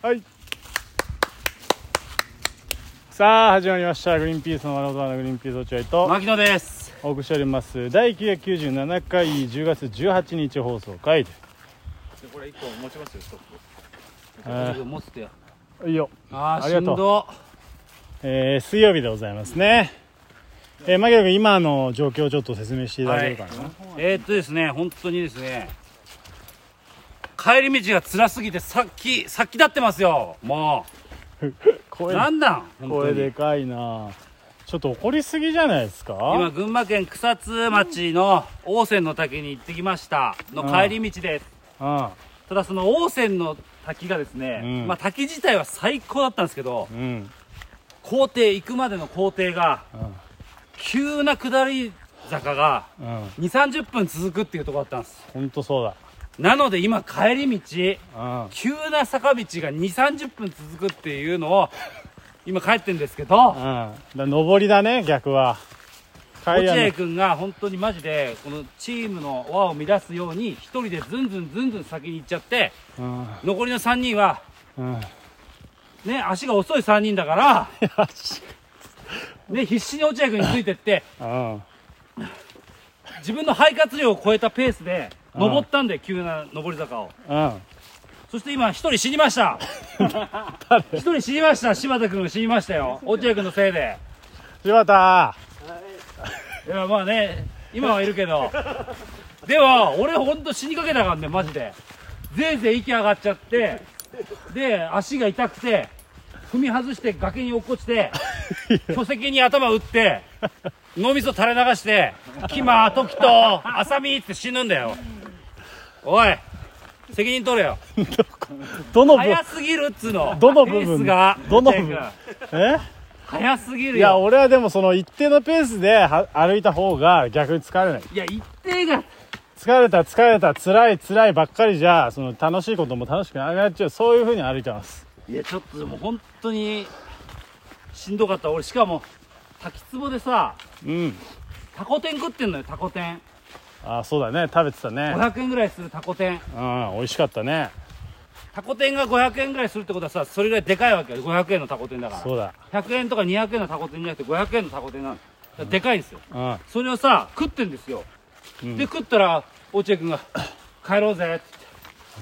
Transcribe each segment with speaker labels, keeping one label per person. Speaker 1: はいさあ始まりました「グリーンピースの丸ごとのグリーンピース落合」と
Speaker 2: 牧野です
Speaker 1: お送りしております第997回10月18日放送回で
Speaker 3: これ一個持ちますよストップ
Speaker 1: あ
Speaker 2: 持ってよ
Speaker 1: いいよ、
Speaker 2: あ
Speaker 1: あ
Speaker 2: あ
Speaker 1: り
Speaker 2: し
Speaker 1: が
Speaker 2: ん
Speaker 1: とう
Speaker 2: ど
Speaker 1: えー水曜日でございますねえー、マギ君今の状況をちょっと説明していただけるかな、
Speaker 2: えー、っとですね本当にですね帰り道が辛すぎてさっき先立ってますよもう
Speaker 1: 声
Speaker 2: なんなん本当
Speaker 1: 声で
Speaker 2: に
Speaker 1: かいなちょっと怒りすぎじゃないです
Speaker 2: 今
Speaker 1: か
Speaker 2: 群馬県草津町の大山の滝に行ってきましたの帰り道です
Speaker 1: 今
Speaker 2: ただその大山の滝がですね、
Speaker 1: うん
Speaker 2: まあ滝自体は最高だったんですけど
Speaker 1: うんうん
Speaker 2: 校庭行くまでの校庭が
Speaker 1: うん
Speaker 2: 急な下り坂が
Speaker 1: うん
Speaker 2: 2 3 0分続くっていうところだったんです
Speaker 1: 本当そうだ
Speaker 2: なので今帰り道
Speaker 1: うん
Speaker 2: 急な坂道が2 3 0分続くっていうのを今帰ってんですけど
Speaker 1: うんだ上りだね逆は階
Speaker 2: 落
Speaker 1: 段
Speaker 2: 合君が本当にマジでこのチームの輪を乱すように一人でずんずんずんずん先に行っちゃって
Speaker 1: うん
Speaker 2: 残りの3人は
Speaker 1: うん
Speaker 2: ね足が遅い3人だから
Speaker 1: よし
Speaker 2: ね必死に落合君についてって
Speaker 1: うん
Speaker 2: 自分の肺活量を超えたペースで
Speaker 1: うん
Speaker 2: 登ったんで急な上り坂を
Speaker 1: うん
Speaker 2: そして今一人死にました一人死にました柴田君が死にましたよ落合君のせいで
Speaker 1: 柴田
Speaker 2: いやまあね今はいるけどでも俺ほんと死にかけたからねマジでぜいぜい息上がっちゃってで足が痛くて踏み外して崖に落っこちて巨石に頭打って脳みそ垂れ流して「キマトキと浅見」って死ぬんだよおい責任取れよ
Speaker 1: どの部
Speaker 2: 早すぎるっつうの
Speaker 1: どの部分
Speaker 2: ペースが
Speaker 1: どの部分
Speaker 2: 落合君
Speaker 1: え
Speaker 2: 早すぎ
Speaker 1: い
Speaker 2: る
Speaker 1: や
Speaker 2: よ
Speaker 1: 俺はでもその一定のペースでは歩いた方が逆に疲れない
Speaker 2: いや一定が
Speaker 1: 疲れた疲れた辛い辛いばっかりじゃその楽しいことも楽しくなくなっちゃうそういうふうに歩いてます
Speaker 2: いやちょっとでも本当にしんどかった俺しかも滝壺でさ
Speaker 1: うん
Speaker 2: タコ天食ってんのよタコ天
Speaker 1: あそうだね食べてたね
Speaker 2: 500円ぐらいするタコ天
Speaker 1: うん美味しかったね
Speaker 2: タコ天が500円ぐらいするってことはさそれぐらいでかいわけよ500円のタコ天だか
Speaker 1: そうだ
Speaker 2: ら100円とか200円のタコ天じゃなくて500円のタコ天なのだからでかいんですよ
Speaker 1: うん
Speaker 2: それをさ食ってんですよ、
Speaker 1: うん
Speaker 2: で食ったら落合君が「帰ろうぜ」って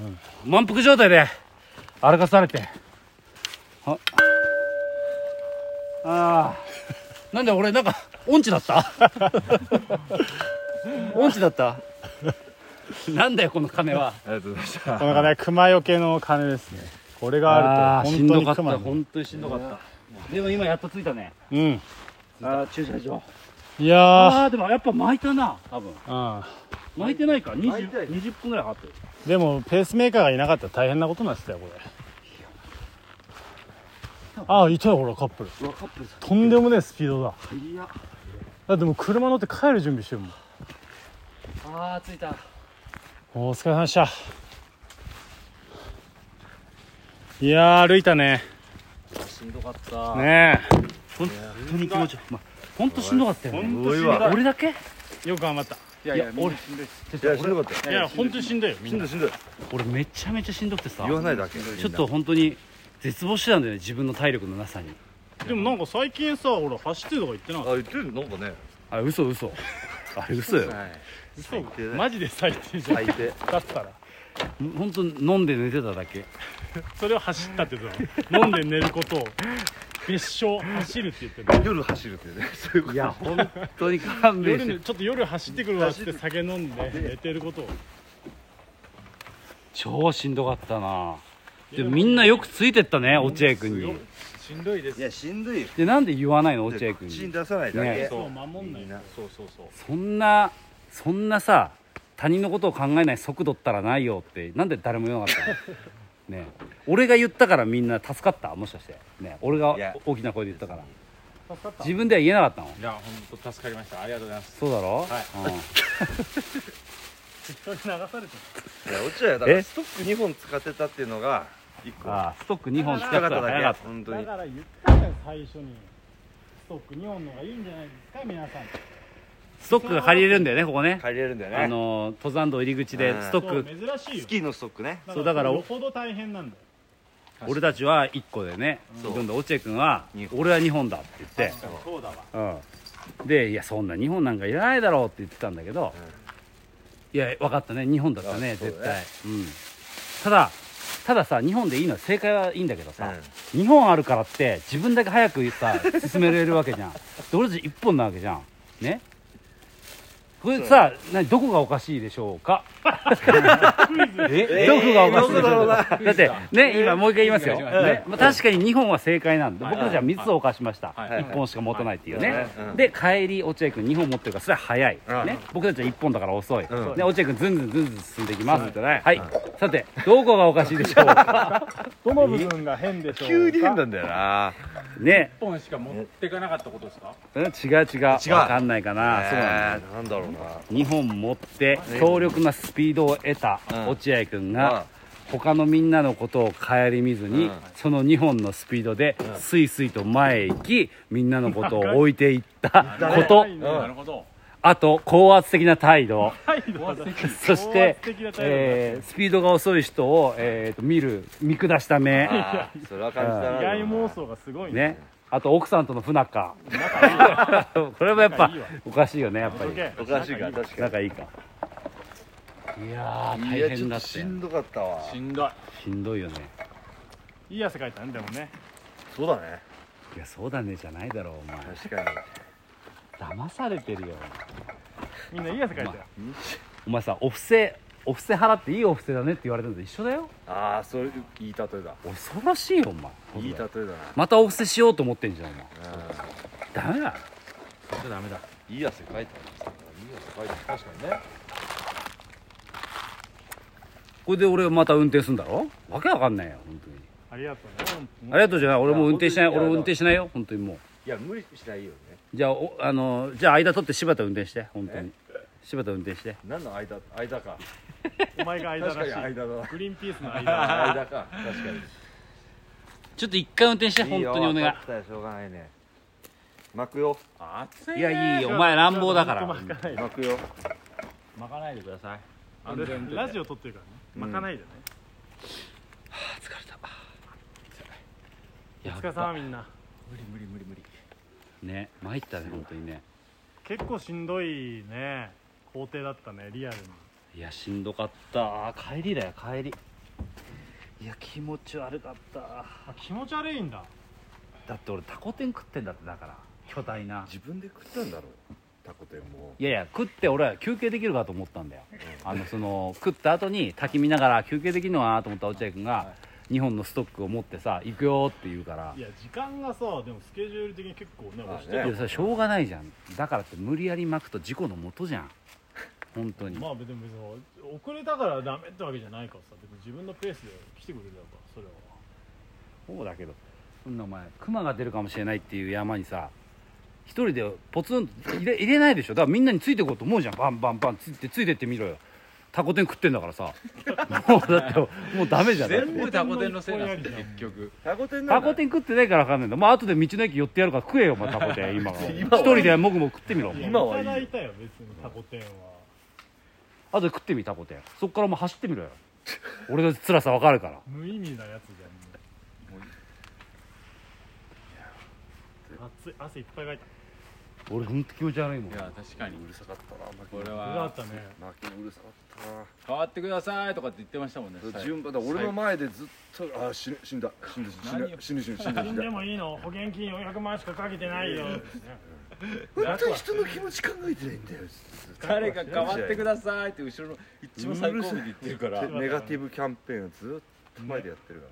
Speaker 2: 言って、満腹状態で歩かされてああーなんで俺なんか音痴だった音痴だったなんだよこの金は
Speaker 3: ありがとうございました
Speaker 1: このね熊よけの金ですねこれがあると
Speaker 2: ーし
Speaker 1: 本
Speaker 2: ん
Speaker 1: 当
Speaker 2: どか
Speaker 1: に
Speaker 2: った
Speaker 1: 熊に
Speaker 2: 本当にしんどかったでも今やっと着いたね
Speaker 1: うん
Speaker 2: ああ駐車場
Speaker 1: いや
Speaker 2: ああーでもやっぱ巻いたな多分
Speaker 1: ーうん
Speaker 2: 巻いてないか 20,
Speaker 3: いてない
Speaker 2: 20分ぐらいかかってる
Speaker 1: でもペースメーカーがいなかったら大変なことになってたよこれああいたよほらカップル
Speaker 2: うわカップルさ
Speaker 1: とんでもねえスピードだ
Speaker 2: いや
Speaker 1: だってもう車乗って帰る準備してるもん
Speaker 2: あー着いた
Speaker 1: お疲れ様でしたいやー歩いたね
Speaker 2: しんどかった
Speaker 1: ね
Speaker 2: 本当に気持ちよま本当しんどかったよね
Speaker 3: すごいわ
Speaker 2: 俺だけ
Speaker 1: えよく頑張った
Speaker 3: いやいや俺しんどいいやしんどかった
Speaker 1: いや本当にしんどいよみ
Speaker 3: しん
Speaker 1: んな
Speaker 3: どいしんどい
Speaker 2: 俺めちゃめちゃしんどくてさ
Speaker 3: 言わないだけ
Speaker 2: ちょっと本当に絶望してたんだよね自分の体力のなさに
Speaker 1: でもなんか最近さほら走ってるとか言ってな
Speaker 3: あ
Speaker 1: かっ
Speaker 3: 言ってるなんかね
Speaker 2: あ嘘 嘘あれ嘘よ
Speaker 3: はい
Speaker 1: たそう
Speaker 3: 最低だ
Speaker 1: マジで最低じゃん
Speaker 3: 最低
Speaker 1: だったら
Speaker 2: 本当飲んで寝てただけ
Speaker 1: それを走ったって言ってたの飲んで寝ることを別称走るって言ってた
Speaker 3: 夜走るってね そういうこと
Speaker 2: いや 本当に勘弁
Speaker 1: 夜
Speaker 2: して
Speaker 1: にちょっと夜走ってくるわっつって酒飲んで寝てることを
Speaker 2: 超しんどかったなでもみんなよくついてったね落合君に
Speaker 1: しんどいです
Speaker 3: いやしんどいよ
Speaker 2: でなんで言わないの落合君
Speaker 3: 口に
Speaker 2: に
Speaker 3: 出さないだ
Speaker 2: ね
Speaker 3: け
Speaker 1: そう守んない
Speaker 3: みんな
Speaker 1: そうそうそう
Speaker 2: そんなそんなさ他人のことを考えない速度ったらないよってなんで誰も言わなかった のねえ俺が言ったからみんな助かったもしかしてねえ俺が
Speaker 3: いや
Speaker 2: 大きな声で言ったから自分では言えなかったの
Speaker 4: いや、本当助かりました。ありがとうございます。
Speaker 2: そうだろ、うん
Speaker 1: 人に流されて
Speaker 3: いや落ちはだからストック2本使ってたっていうのが一個
Speaker 2: ああストック2本使
Speaker 3: 使
Speaker 2: っ
Speaker 3: ったた
Speaker 2: か
Speaker 3: からった
Speaker 2: 早か
Speaker 3: だ
Speaker 2: っ
Speaker 3: け本当
Speaker 1: だ
Speaker 3: に
Speaker 1: から言ったじゃん最初にストック2本の方がいいんじゃないですか皆さん
Speaker 2: たストックが借りれるんだよねここね
Speaker 3: 借りれるんだよね
Speaker 2: あのー登山道入り口で
Speaker 3: うん
Speaker 2: ストッ
Speaker 1: そう
Speaker 2: ク
Speaker 1: 珍しいよ
Speaker 3: スキーのストックね
Speaker 2: そうだから
Speaker 1: よほど大変なんだよ
Speaker 2: 俺たちは1個でね挑んで落合君は
Speaker 3: 二本
Speaker 2: 俺は2本だって言って
Speaker 1: そうだわ
Speaker 2: うん、で「いやそんな2本なんかいらないだろ」うって言ってたんだけど「いや分かったね2本だったね
Speaker 3: あそうだね
Speaker 2: 絶対」うん、ただたださ2本でいいのは正解はいいんだけどさ、
Speaker 3: うん
Speaker 2: 二2本あるからって自分だけ早くさ進められるわけじ ゃんで俺たち1本なわけじゃんねこれさ、などこがおかしいでしょうか えどこがおかしいでしょうか、だってね今もう一回言いますよ、
Speaker 4: クイズだ
Speaker 2: ねまあ、確かに2本は正解なんで僕たちは3つを犯しました、
Speaker 4: はいはい
Speaker 2: 1本しか持たないっていうね、
Speaker 3: うん
Speaker 2: で帰り落合君2本持ってるからそれは早い、
Speaker 3: うん
Speaker 2: ね、僕たちは1本だから遅い、
Speaker 3: うん
Speaker 2: で落合君ずんずんずんずん進んでいきますってね、はいさてどこがおかしいでしょう か
Speaker 1: どの部分が変でしょうか
Speaker 3: 急に 変なんだよな
Speaker 2: ね
Speaker 4: 一本しか持っていかなかったことですか
Speaker 2: うん違う違う分かんないかな、そうなんだ
Speaker 3: ねえなんだろうな
Speaker 2: 2本持って強力なスピードを得た
Speaker 3: うん
Speaker 2: 落合君
Speaker 3: うん
Speaker 2: が他のみんなのことを顧みずに
Speaker 3: うん
Speaker 2: その2本のスピードでスイスイと前へ行きみんなのことを置いていったこ
Speaker 1: 長
Speaker 2: と
Speaker 1: いね
Speaker 4: なるほど
Speaker 2: あと高圧的な態度
Speaker 1: 高圧的
Speaker 2: そし
Speaker 1: 高
Speaker 2: て
Speaker 1: 圧的な態度だ、
Speaker 2: えースピードが遅い人を、えーと見る見下した目
Speaker 3: あーそれは感じたな
Speaker 1: 被害妄想がすごいね
Speaker 2: ねあと奥さんとの不仲 これもやっぱ
Speaker 1: 仲いいわ
Speaker 2: おかしいよねやっぱり
Speaker 3: おかしいか確か
Speaker 2: 仲いいかいやー
Speaker 3: にい
Speaker 2: 大
Speaker 3: やち
Speaker 2: 変
Speaker 3: ょっ
Speaker 2: だ
Speaker 3: と
Speaker 2: って
Speaker 3: しんどかったわ
Speaker 4: しんどい
Speaker 2: しんどいよね
Speaker 1: いい汗かいたねでもね
Speaker 3: そうだね
Speaker 2: いやそうだねじゃないだろうお前
Speaker 3: 確かに
Speaker 2: 騙されてるよ
Speaker 1: みんないい汗かいたよ
Speaker 2: お前さお布施お布施払っていいお布施だねって言われたのと一緒だよ
Speaker 3: ああそれいい例えだ
Speaker 2: 恐ろしいよお前
Speaker 3: いい例えだな
Speaker 2: またお布施しようと思ってんじゃんお前ダメだ
Speaker 4: それダメだ
Speaker 3: うんいい汗かいた
Speaker 4: 確かにね
Speaker 2: これで俺また運転するんだろわけわかんないよ本当に
Speaker 1: ありがとうね
Speaker 2: ありがとうじゃない俺も運転しない
Speaker 3: いや
Speaker 2: 俺も運転しないよ本当にも
Speaker 3: いや無理しないよね
Speaker 2: うじゃあおあのじゃあ間取って柴田運転して本当に柴田運転して
Speaker 3: 何の間間か
Speaker 1: お前が間
Speaker 3: 確
Speaker 1: ら
Speaker 3: か
Speaker 1: し
Speaker 3: に
Speaker 1: い
Speaker 3: 間だ な
Speaker 1: グリーンピースの間
Speaker 3: 間か確かに
Speaker 2: ちょっと一回運転して本当にお願い
Speaker 3: いいよ分かったよしょうがないね巻くよ
Speaker 4: 熱い
Speaker 2: い
Speaker 4: ね
Speaker 2: やいいよお前乱暴だから
Speaker 1: 巻かない
Speaker 3: 巻くよ
Speaker 4: 巻かないでください安全運
Speaker 1: 俺
Speaker 4: 転
Speaker 1: ラジオ撮ってるからね巻かないでね
Speaker 2: 疲れた
Speaker 1: お疲
Speaker 2: や
Speaker 1: れ
Speaker 2: っぱ
Speaker 1: 様みんな
Speaker 4: 無理無理無理無理
Speaker 2: ね参ったね本当にね
Speaker 1: 結構しんどいね工程だったねリアルに
Speaker 2: いやしんどかったあー帰りだよ帰りいや気持ち悪かった
Speaker 1: あ気持ち悪いんだ
Speaker 2: だって俺タコ天食ってんだってだから巨大な
Speaker 3: 自分で食ったんだろうタコ天も
Speaker 2: いやいや食って俺は休憩できるかと思ったんだよあのその食った後に滝見ながら休憩できるのかなと思った落合君が2本のストックを持ってさ行くよって言うから
Speaker 1: いや時間がさでもスケジュール的に結構ね
Speaker 3: まあね
Speaker 1: 押してる
Speaker 2: いやそれしょうがないじゃんだからって無理やり巻くと事故のもとじゃん本当に
Speaker 1: まあ別に別に遅れたからダメってわけじゃないからさ別に自分のペースで来てくれればそれは
Speaker 2: そうだけどそんなお前クマが出るかもしれないっていう山にさ一人でポツンと入れ入れないでしょだからみんなについていこうと思うじゃんバンバンバンついてついてってみろよタコ天食ってんだからさ もうだってもうダメじゃんだって
Speaker 4: 全部タコ天のせいなんですよ結局
Speaker 3: タコ天な
Speaker 2: タ
Speaker 3: んだ
Speaker 2: コ天食ってないから分かんないんだまあ後で道の駅寄ってやるから食えよお前タコ天今は
Speaker 3: 今は
Speaker 2: 一人でもぐもぐ食ってみろお前
Speaker 3: 今はいい
Speaker 1: いただいたよ別にタコ天は
Speaker 2: 後で食ってみタコ天そっからもう走ってみろよ俺の辛さ分かるから
Speaker 1: 無意味なやつじゃんもう暑い汗いっぱいかいた
Speaker 2: 俺ほんと気持ち悪いもん
Speaker 4: いや確かに
Speaker 3: うるさかったな巻
Speaker 4: これ
Speaker 1: うが
Speaker 4: は
Speaker 1: ったね
Speaker 3: き巻きうるさかったな
Speaker 4: 変わってくださいとかって言ってましたもんね
Speaker 3: 順番だ俺の前でずっとあー死ぬ死んだ死んだ死
Speaker 4: 何
Speaker 3: ぬ
Speaker 4: を
Speaker 3: 死ぬ死ぬ死んだ死
Speaker 1: 死
Speaker 3: ん
Speaker 1: ん
Speaker 3: だ
Speaker 1: でもいいの保険金400万しかかけてないよ
Speaker 3: 本当に人の気持ち考えてないんだよ
Speaker 4: 誰か変わってくださいって後ろの一番最高尾で言ってるから
Speaker 1: さい
Speaker 3: ネガティブキャンペーンをずっと前でやってるか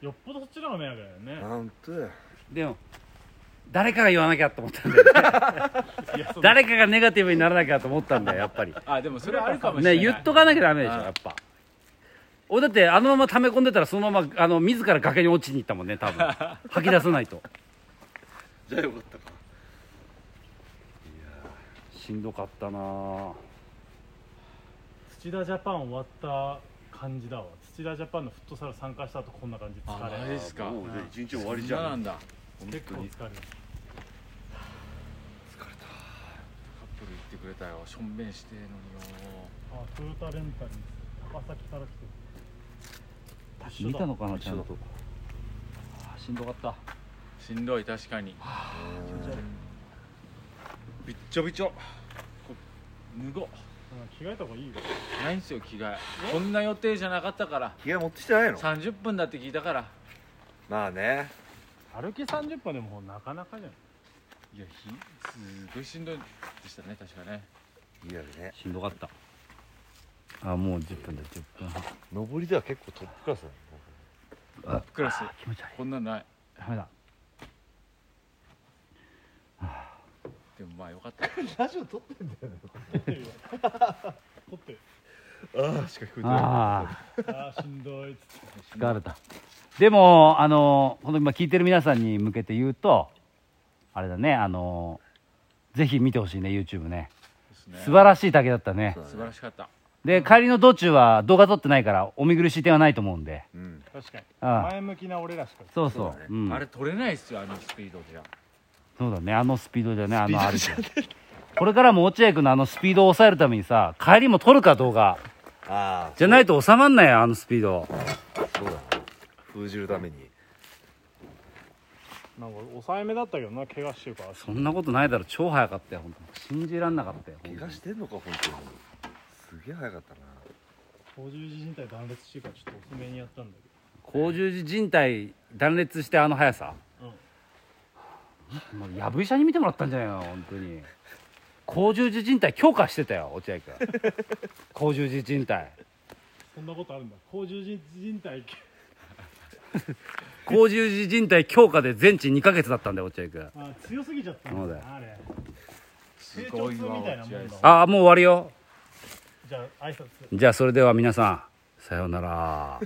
Speaker 1: よっぽどそっちの方が迷惑だよね
Speaker 3: らなんとや
Speaker 2: でも誰かが言わなきゃと思ったんだよね
Speaker 1: いやその
Speaker 2: 誰かがネガティブにならなきゃと思ったんだよやっぱり
Speaker 4: あでもそれはあるかもしれな
Speaker 2: ね
Speaker 4: い
Speaker 2: 言っとかなきゃダメでしょ
Speaker 4: うん
Speaker 2: やっぱ俺だってあのまま溜め込んでたらそのままあの自ら崖に落ちに行ったもんね多 分吐き出さないと
Speaker 3: じゃあよかったか
Speaker 2: しんどかったなぁ
Speaker 1: 土田ジャパン終わった感じだわ土田ジャパンのフットサル参加した後こんな感じ
Speaker 4: あ
Speaker 1: 疲
Speaker 4: マジ
Speaker 1: れ
Speaker 4: っすか
Speaker 3: もうね一日終わりじ
Speaker 4: そんな
Speaker 3: ゃ
Speaker 4: なんんだ
Speaker 1: 結構疲れる
Speaker 4: カップル言ってくれたよしょんべんしてえのによ
Speaker 1: あトヨタレンタル高崎から来てる
Speaker 2: 見たのかな
Speaker 3: 一
Speaker 2: ちゃ
Speaker 3: 緒
Speaker 2: ん
Speaker 3: だ
Speaker 2: としんどかった
Speaker 4: しんどい確かに
Speaker 2: 気持ち悪い
Speaker 4: びっちょびちょこ脱ご
Speaker 1: 着替えた方がいいよ
Speaker 4: うないんすよ着替えこんな予定じゃなかったから
Speaker 3: 着替え持ってきてないの
Speaker 4: 30分だって聞いたから
Speaker 3: まあね
Speaker 1: 歩き30分でもなかなかじゃない
Speaker 4: いやひすごいしんどいでしたね確かね
Speaker 3: リアルね
Speaker 2: しんどかったあもう10分だ10分
Speaker 3: 上りでは結構トップクラスだね
Speaker 4: クラス
Speaker 2: 気持ち悪い
Speaker 4: こんなのない
Speaker 2: ダメだ
Speaker 4: でもまあよかった
Speaker 3: ラジオ撮って
Speaker 1: 撮ってる
Speaker 3: ああしか聞こえてない
Speaker 2: あ
Speaker 1: あーしんどいっつって
Speaker 2: あ疲れたでもあのこの今聞いてる皆さんに向けて言うとあれだねあのぜひ見てほしいね YouTube ね
Speaker 4: ですね
Speaker 2: 素晴らしい竹だったね
Speaker 3: そうだね
Speaker 4: 素晴らしかった
Speaker 2: で帰りの道中は動画撮ってないからお見苦しい点はないと思うんで
Speaker 3: うん
Speaker 1: 確かに
Speaker 2: ああ
Speaker 1: 前向きな俺らしか
Speaker 2: そうそう
Speaker 3: そうだね
Speaker 2: うん、
Speaker 4: あれ取れないっすよあのスピードじゃ
Speaker 2: そうだねあのスピードじゃねあの歩きこれからも落合君のあのスピードを抑えるためにさ帰りも撮るか動画
Speaker 3: ああ
Speaker 2: じゃないと収まんないよあのスピード
Speaker 3: そうだな封じるために
Speaker 1: なんか抑えめだったけどな怪我してるから
Speaker 2: そんなことないだろ超速かったよ本当信じらんなかったよ
Speaker 3: 怪我してんのか本当にすげえ早かったな
Speaker 1: 高十字靭帯断裂してるからちょっと遅めにやったんだ
Speaker 2: 高十字靭帯断裂してあの速さ
Speaker 1: けどうん
Speaker 2: もうやぶ医者に見てもらったんじゃないの本当に高十字靭帯強化してたよ落合君高十字靭帯
Speaker 1: そんなことあるんだ高十字靭帯
Speaker 2: 高十字靭帯強化で全治2ヶ月だったんだよ落合君
Speaker 1: あー強すぎちゃったん
Speaker 2: そうだ
Speaker 1: なあれ
Speaker 4: す
Speaker 1: 成長
Speaker 4: ごい
Speaker 1: 痛
Speaker 4: わ
Speaker 1: みたいなもん
Speaker 4: 落
Speaker 1: だ
Speaker 4: 合さん
Speaker 1: わ
Speaker 2: ああもう終わりよ
Speaker 1: じゃあ挨拶
Speaker 2: じゃあそれでは皆さんさようなら